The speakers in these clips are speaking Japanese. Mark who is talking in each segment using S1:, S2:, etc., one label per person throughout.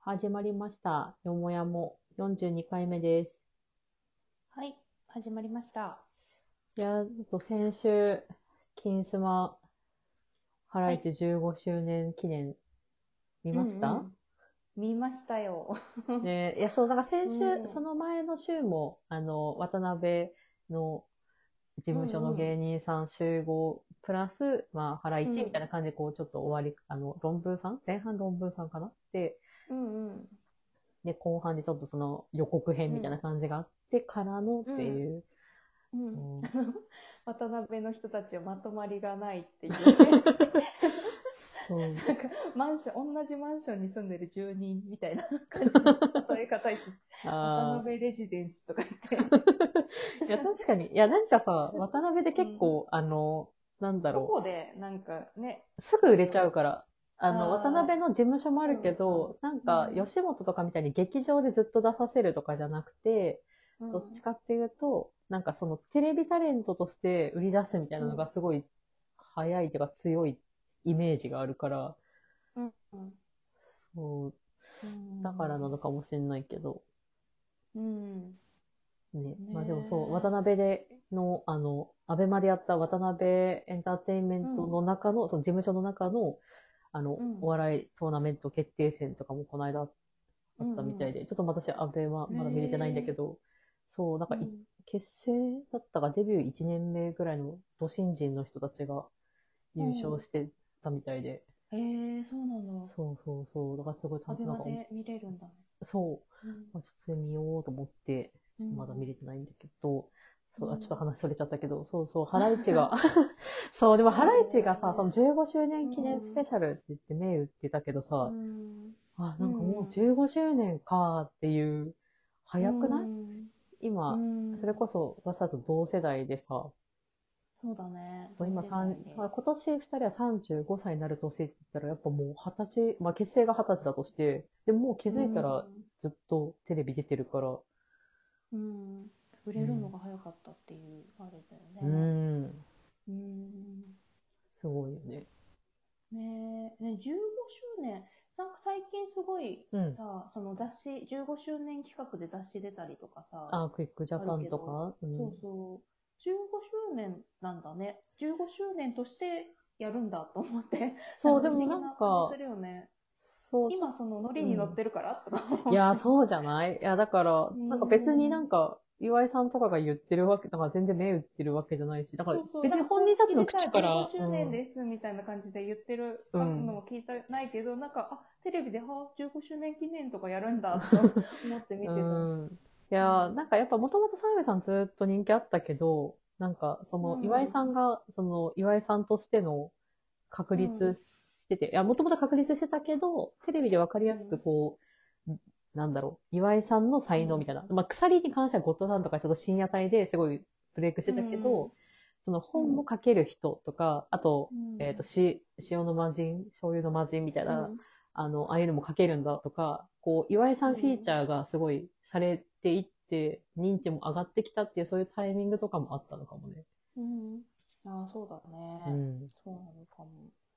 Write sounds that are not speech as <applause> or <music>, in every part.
S1: 始まりました。よもやも42回目です。
S2: はい、始まりました。
S1: いやー、ちょっと先週、金スマ、ハライチ15周年記念、見ました、
S2: うんうん見ましたよ。
S1: ねえいや、そう、だから先週、
S2: うん
S1: その前の週も、あの、渡辺の事務所の芸人さん集合、プラス、まあ、ハライチみたいな感じで、こう、ちょっと終わり、あの、論文さん前半論文さんかなで、
S2: <laughs> うんうん。
S1: で、後半でちょっとその予告編みたいな感じがあってからのっていう。
S2: うん、
S1: うん
S2: 渡辺の人たちはまとまりがないっていう。 <laughs>
S1: そう
S2: なんか、マンション、同じマンションに住んでる住人みたいな感じの例え <laughs> 方いす。渡
S1: あ
S2: 辺レジデンスとか言って。
S1: ーいや、確かに。いや、なんかさ、渡辺で結構、あの、なんだ
S2: こ
S1: ろ
S2: こで、なんかね、
S1: う。すぐ売れちゃうから。あの、
S2: あー
S1: 渡辺の事務所もあるけど、なんか、
S2: うん
S1: 吉本とかみたいに劇場でずっと出させるとかじゃなくて、
S2: うん
S1: どっちかっていうと、なんかそのテレビタレントとして売り出すみたいなのがすごい早いというか強いイメージがあるから、
S2: うんうん
S1: そう、
S2: うん
S1: だからなのかもしれないけど、
S2: うん。
S1: ね
S2: ね。え
S1: まあでもそう、渡辺での、あの、アベマでやった渡辺エンターテインメントの中の、その事務所の中の、あの、
S2: うん
S1: お笑いトーナメント決定戦とかもこの間あったみたいで、ちょっと私アベマまだ見れてないんだけど、そう、なんかい、
S2: うん
S1: 結成だったかデビュー1年目ぐらいの土新人の人たちが優勝してたみたいで、
S2: えー、そうなの。
S1: そうそうそう、だからすごい
S2: アベ
S1: なん
S2: マ
S1: か、
S2: で見れるんだね。
S1: そう
S2: うん、
S1: まあ、ちょっとそれ見ようと思って、
S2: うん
S1: まだ見れてないんだけど、そう、あ、
S2: うん
S1: ちょっと話それちゃったけど、そうそう、ハライチが、 <laughs> そう、でもハライチがさ、そ
S2: うん
S1: の15周年記念スペシャルって言って銘打ってたけどさ、
S2: うん
S1: あ、なんかもう15周年かっていう、早くない、
S2: うん
S1: 今、
S2: うん
S1: それこそ私たちと同世代でさ、
S2: そうだね。
S1: そう今
S2: 同世代
S1: 三
S2: で
S1: 今年2人は35歳になる年って言ったら、やっぱもう20歳、まあ結成が20歳だとして、でもう気づいたらずっとテレビ出てるから、
S2: うん、うん売れるのが早かったっていう、あれだ
S1: う
S2: よね。
S1: ん、
S2: うん。
S1: すごいよね。
S2: ねえ、ね、15周年、なんか最近すごい
S1: うん
S2: さ、その雑誌、15周年企画で雑誌出たりとかさ、
S1: あ、クイックジャパンとか。う
S2: そうんそう、15周年なんだね。15周年としてやるんだと思って。
S1: そう、でもなん
S2: 不思議感
S1: か
S2: じす、るよね。
S1: そう、
S2: 今そのノリに乗ってるからとか思って
S1: <laughs> いや、そうじゃないいや、だから、
S2: ん
S1: なんか別になんか、岩井さんとかが言ってるわけ、だから全然目打ってるわけじゃないし、だから
S2: そうそう
S1: 別に本人たちの口から、
S2: 15周
S1: う
S2: 年
S1: ん
S2: ですみたいな感じで言ってる
S1: う
S2: の
S1: ん
S2: も聞いたないけど、なんか、あ、テレビで、は15周年記念とかやるんだと思って見てた。
S1: うんいやー、なんかやっぱもともと澤部さんずっと人気あったけど、なんかその
S2: うん
S1: 岩井さんが、その岩井さんとしての確立してて、いや、もともと確立してたけど、テレビでわかりやすくこう、なんだろう、岩井さんの才能みたいな。まあ、鎖に関してはゴッドさんとかちょっと深夜帯ですごいブレイクしてたけど、
S2: うん
S1: その本も書ける人とか、あと、えっ、と、
S2: し
S1: し、塩の魔人、醤油の魔人みたい
S2: た
S1: な、あの、ああいうのも書けるんだとか、こう、岩井さんフィーチャーがすごいされていって、認知も上がってきたっていう、そういうタイミングとかもあったのかもね。
S2: うん。ああ、そうだね。
S1: うん。
S2: そうなのかも。
S1: そう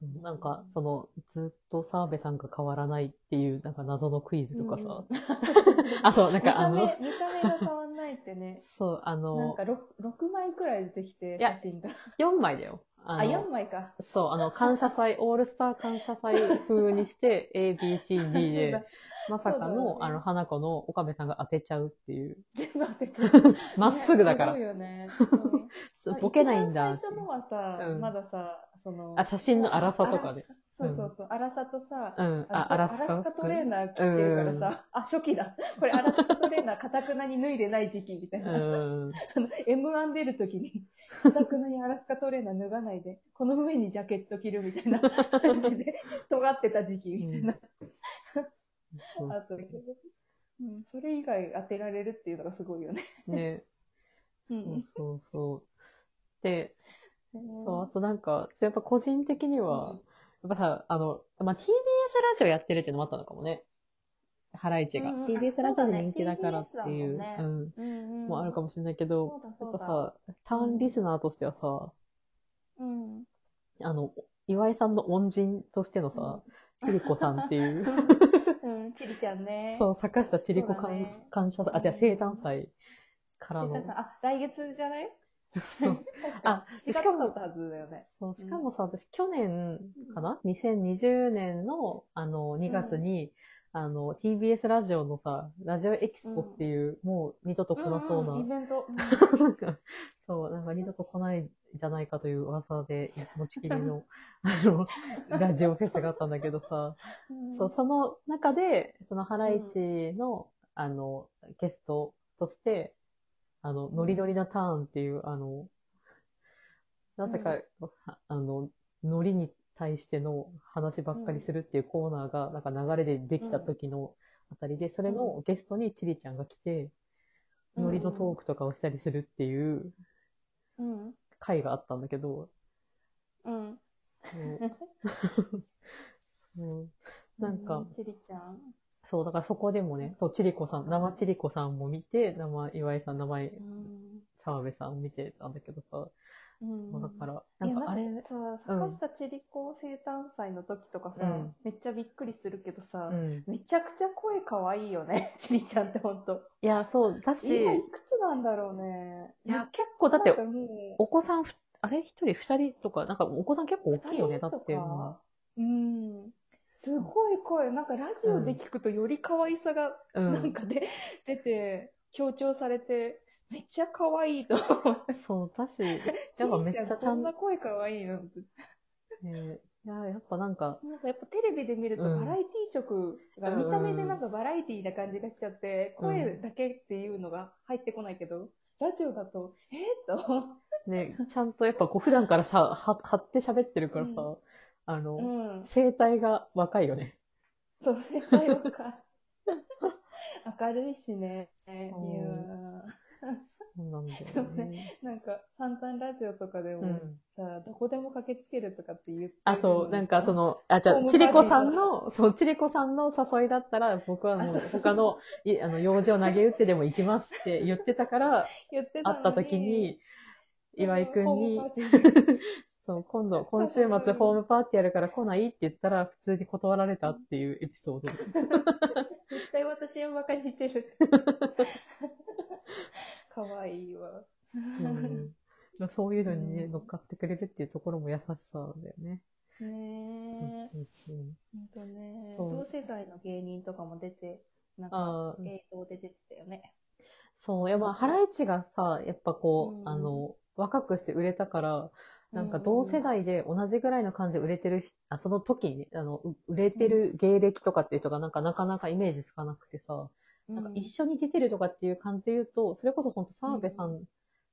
S1: そう。なんか、その、ずっと澤部さんが変わらないっていう、なんか謎のクイズとかさ。あ、そう、なん
S2: 見
S1: かあ
S2: た目
S1: の、、。
S2: 見た目が変わんないってね
S1: そう、 <laughs> あ
S2: なん
S1: の、
S2: か 6, 六枚くらい出てきて、
S1: いや
S2: 写真が。
S1: 4枚だよ。あ
S2: あ
S1: の
S2: 4枚か。 <laughs>
S1: そう、あの、感謝祭、オールスター感謝祭風にして、A, B, C, D
S2: そう
S1: で
S2: だ、
S1: まさか
S2: そうだよ
S1: の
S2: ね、
S1: あの、花子の岡部さんが当てちゃうっていう。
S2: 全部当てちゃう。
S1: まっすぐだから
S2: ねす。ごいよね。
S1: <laughs>
S2: うん
S1: そうボケないんだっ
S2: 一番
S1: てい
S2: 最初
S1: う。
S2: のはさ、
S1: うん
S2: まださ、その、
S1: あ、写真の荒さとかで。
S2: そうそうそう、荒さとさ、
S1: うん。
S2: あ
S1: あ、アラスカ。
S2: トレーナー着てるからさ、あ、初期だ。これアラスカトレーナー、かたくなに脱いでない時期みたいな。
S1: うん。
S2: あの M1 出る時に、かたくなにアラスカトレーナー脱がないで、この上にジャケット着るみたいな感
S1: <laughs>
S2: じで、尖ってた時期み <laughs> たいな。
S1: うん
S2: あと、うん、それ以外当てられるっていうのがすごいよね。
S1: ね。
S2: う。
S1: そうんそうそう。で、そう、あとなんか、やっぱ個人的には、やっぱさ、あの、まあ、TBS ラジオやってるっていうのもあったのかもね。ハライチが。
S2: うんうん
S1: TBS ラジオで人気だからっていう、う
S2: あそうだね TBS だも
S1: ん。
S2: うん、うんうん。
S1: もあるかもしれないけど、
S2: そうだ
S1: や
S2: そ
S1: っ
S2: う
S1: ぱ
S2: だ
S1: さ、ターンリスナーとしてはさ、
S2: うん。
S1: あの、岩井さんの恩人としてのさ、ちりこさんっていう、
S2: ね。チリちゃんね。
S1: そう、坂下千里子
S2: そうだ
S1: 感,、
S2: ね
S1: 感謝祭、あ、じゃあ生誕祭から
S2: で
S1: の
S2: た。さんあ、来月じゃない
S1: そうあ、
S2: 4
S1: しか
S2: 月だっ
S1: も
S2: た、はずだよね。
S1: そうしかもさ、私去年かな ?2020 年の、あの、2月に、あの、TBS ラジオのさ、ラジオエキスポっていう、もう二度と来なそうな、
S2: んんイベント。うん
S1: なんか、 <laughs> そう、なんか二度と来ないんじゃないかという噂で、持ちきり
S2: <laughs>
S1: の、あの、ラジオフェスがあったんだけどさ、 <laughs> そう、その中で、そのハライチの、あの、ゲストとして、あの、ノリノリなターンっていう、あの、なぜか、ああの、ノリに対しての話ばっかりするっていうコーナーが、なんか流れでできた時のあたりで、それのゲストにチリちゃんが来て、ノリのトークとかをしたりするっていう
S2: うん。
S1: 回があったんだけど、
S2: うん。
S1: そう。そうなんか、
S2: チリちゃん。
S1: そう、だからそこでもね、そう、ちりこさん、生ちりこさんも見て、生岩井さん、生
S2: うん
S1: 澤部さんも見てたんだけどさ、
S2: うん
S1: そうだから、なんかあれ、
S2: いやなんかさ、坂下千里子生誕祭の時とか
S1: う
S2: さ、
S1: ん
S2: めっちゃびっくりするけどさ
S1: う、ん。
S2: めちゃくちゃ声可愛いよね、 <laughs> 千里ちゃんってほんと。
S1: いや、そう、だし、
S2: 今い
S1: い
S2: くつなんだろうね。
S1: や、結構だって
S2: な、んかもう
S1: お子さんふ、あれ一人二人とか、なんかお子さん結構大きいよね、だって。
S2: うん。すごい声、なんかラジオで聞くとより可愛さが、
S1: う
S2: なん
S1: ん。
S2: かで、出て、強調されて、めっちゃ可愛いと思う。
S1: そう、
S2: <laughs>
S1: だし、やっぱめっちゃちゃん
S2: 千里こんな声可愛いのって
S1: ね、いや、やっぱなんか、
S2: なんかやっぱテレビで見ると
S1: うん
S2: バラエティ色が見た目でなんかバラエティな感じがしちゃって、
S1: うん
S2: 声だけっていうのが入ってこないけど、ラジオだと、えー、っと、
S1: ね、ちゃんとやっぱこう <laughs> 普段からしゃ、は、張って喋ってるからさ、
S2: う
S1: あの、
S2: うん。
S1: 声帯が若いよね。
S2: そう、先輩はか。 <laughs> 明るいしね。いや
S1: そうそうなんだ
S2: <laughs>
S1: よね。
S2: なんか、散々ラジオとかで
S1: う
S2: も
S1: ん。
S2: さ、どこでも駆けつけるとかって言ってる
S1: あ、そう、なんかそ
S2: の
S1: の、あ、じゃ
S2: ホー
S1: あ、
S2: ム
S1: ちりこさんの、そう、ちりこさんの誘いだったら、僕はも
S2: あ
S1: う
S2: そうそう
S1: 他
S2: <laughs>
S1: の、いあの、用事を投げ打ってでも行きますって言ってたから、
S2: に、言ってた
S1: 会
S2: の
S1: った時に、岩井くんに
S2: ホ、ームパーティー
S1: そう、今度、今週末ホームパーティーやるから来ないって言ったら、普通に断られたっていうエピソード。
S2: 絶対私を馬鹿にし
S1: <laughs>
S2: てる。かわいいわ。 <laughs>
S1: そうそういうのにね、
S2: うん
S1: 乗っかってくれるっていうところも優しさだよね。
S2: ねえ。
S1: うんうん
S2: ほんとね。
S1: そう
S2: 同世代の芸人とかも出て、なんか、
S1: あー
S2: 映像で出てたよね。
S1: そう、いやまあ、ハライチがさ、やっぱこう、
S2: うん
S1: あの、若くして売れたから、なんか同世代で同じぐらいの感じで売れてる人、あその時に、あの、う売れてる芸歴とかっていう人がなんかなかなかイメージつかなくてさ、
S2: うん、
S1: なんか一
S2: 緒
S1: 緒に出てるとかっていう感じで言うと、それこそ本当澤部さん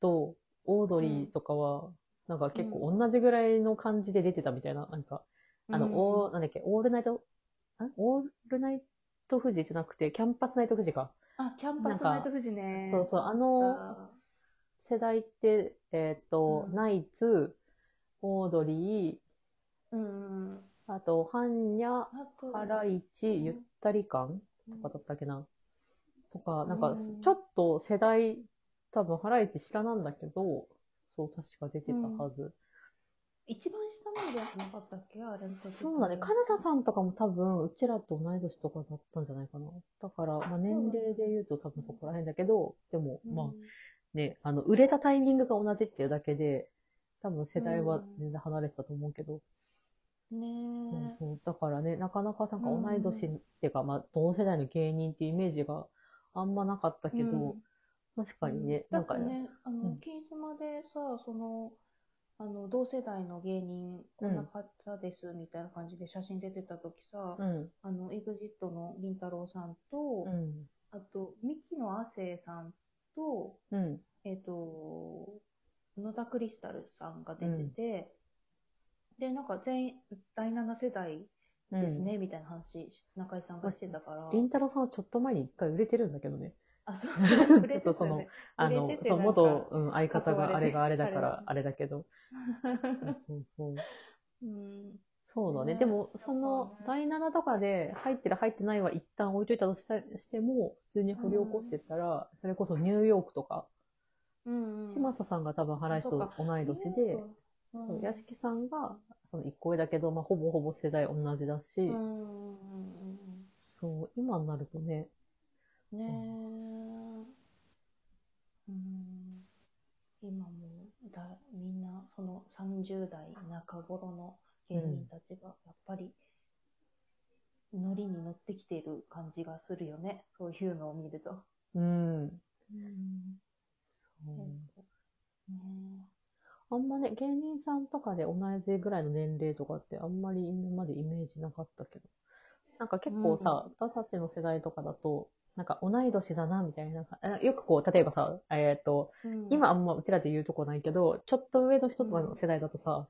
S1: とオードリーとかは、なんか結構同じぐらいの感じで出てたみたいな、なんか、あの、オー、なんだっけ、オールナイト、んオールナイト富士じゃなくて、キャンパスナイト富士か。
S2: あ、キャンパスナイト富士ね。
S1: そうそう、あの
S2: あ
S1: 世代って、えっ、と、
S2: うん
S1: ナイツ、オードリー、
S2: ーうん。
S1: あと、ハンニャ、
S2: あと、
S1: ハライ
S2: うん
S1: チ、ゆったり感とかだったっけな。とか、なんか、
S2: うん
S1: ちょっと世代、多分ハライチ下なんだけど、そう、確か出てたはず。
S2: 一番下までやってなかったっけあれの時
S1: そうだね。カナダさんとかも多分、うちらと同い年とかだったんじゃないかな。だから、まあ年齢で言うと多分そこら辺だけど、でも、
S2: うん
S1: まあね、あの、売れたタイミングが同じっていうだけで、多分世代は全然離れてたと思うけど、そう
S2: ねえ。
S1: そう。だからね、なかなかなんか
S2: うん
S1: 同い年っていうか、まあ同世代の芸人っていうイメージがあんまなかったけど、
S2: うん
S1: 確かにね、
S2: だ
S1: な
S2: っ
S1: んか
S2: て
S1: ね、
S2: ね、あの
S1: うん、
S2: 金島でさ、その、あの、同世代の芸人、こんな方です、みたいな感じで写真出てた時さ、
S1: うん、
S2: あの、EXIT の銀太郎さんと、
S1: うん、
S2: あと、ミキの亜生さんと、
S1: うん、
S2: えっ、と、野田クリスタルさんが出てて、で、なんか全員、第7世代
S1: うん。
S2: ですね、みたいな話、中井さんがしてたから。
S1: りんたろーさんはちょっと前に一回売れてるんだけどね。。
S2: あ、そう
S1: <laughs> ちょっとその
S2: 売れて
S1: あの
S2: 売れて、て
S1: そう、
S2: なんか
S1: 元、うん、相方
S2: 囲わ
S1: が
S2: れて
S1: あれがあれだから、
S2: あ
S1: あれだけど。
S2: たよ
S1: そ
S2: ね
S1: うそうそう。
S2: うん。
S1: そうだね。
S2: ね
S1: でも
S2: だから、
S1: その、
S2: ね
S1: 第7とかで入ってる入ってないは一旦置いといたとしたしても、普通に掘り起こしてたら、それこそニューヨークとか、
S2: うん、うん。
S1: 嶋佐さんが多分原石と同い年で、そう、屋敷さんが、その一個上だけど、まあ、ほぼほぼ世代同じだし、
S2: うんうんうんうん
S1: そう、今になるとね、
S2: ねえ。うん。今もうだ、みんな、その30代中頃の芸人たちが、やっぱり、ノリに乗ってきている感じがするよね。そういうのを見ると。
S1: うん。
S2: うん。
S1: そう
S2: ね
S1: あんまね、芸人さんとかで同じぐらいの年齢とかってあんまり今までイメージなかったけど。なんか結構さ、私たちの世代とかだと、なんか同い年だな、みたいな。えよくこう、例えばさ、えっ、と、
S2: えうん
S1: 今あんまうちらで言うとこないけど、ちょっと上の人とかの世代だとさ、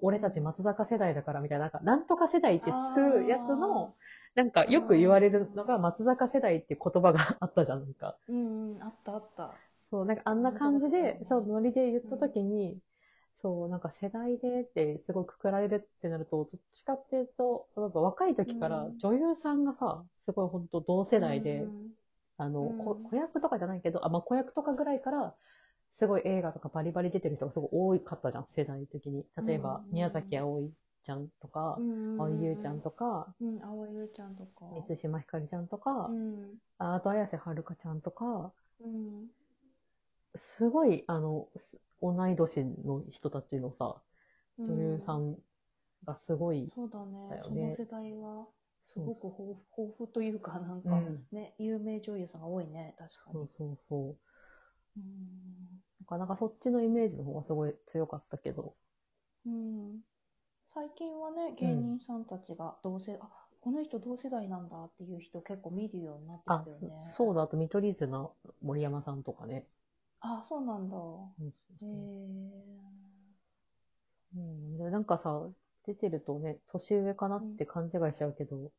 S1: 俺たち松坂世代だからみたいな、なんか、なんとか世代ってつくやつの、、なんかよく言われるのが松坂世代っていう言葉があったじゃん、なんか。
S2: あーうんうん、あったあった。
S1: そう、なんかあんな感じで、
S2: な
S1: そう、
S2: んと
S1: ノリで言ったときに、そう、なんか世代でってすごくくくられるってなると、どっちかっていうと、やっぱ若い時から
S2: うん
S1: 女優さんがさ、すごい本当同世代で、
S2: うん
S1: あの、
S2: うん
S1: こ子役とかじゃないけど、あ、まあ、子役とかぐらいから、すごい映画とかバリバリ出てる人がすごい多かったじゃん、世代的に。例えば
S2: う、ん
S1: 宮崎あおいちゃんとか、
S2: うん、
S1: あおいゆうちゃんとか、
S2: うん、あおいゆうちゃんとか。
S1: 満島ひかりちゃんとか
S2: う、ん。
S1: ああと綾瀬はるかちゃんとか、
S2: うん。
S1: すごい、あの、す同い年の人たちのさ、女優さんがすごい、
S2: そうだね。
S1: だよ
S2: そ
S1: ね
S2: の世代は、す
S1: そ
S2: ご
S1: う
S2: く豊富豊富というか、なん
S1: う
S2: か
S1: ん、
S2: ね、有名女優さんが多いね、確か
S1: そ
S2: に
S1: う。そうそう。
S2: うん
S1: なかなかそっちのイメージの方がすごい強かったけど。
S2: うん最近はね、芸人さんたちが同世、あ、この人同世代なんだっていう人結構見るようにな
S1: あ
S2: ってきたよね。、
S1: そう
S2: だ。
S1: だ、あと見取り図の森山さんとかね。
S2: あ、そうなんだ。
S1: うんそうそ
S2: へ
S1: う
S2: え。
S1: うん、でなんかさ、出てるとね、年上かなって勘違いしちゃうけど、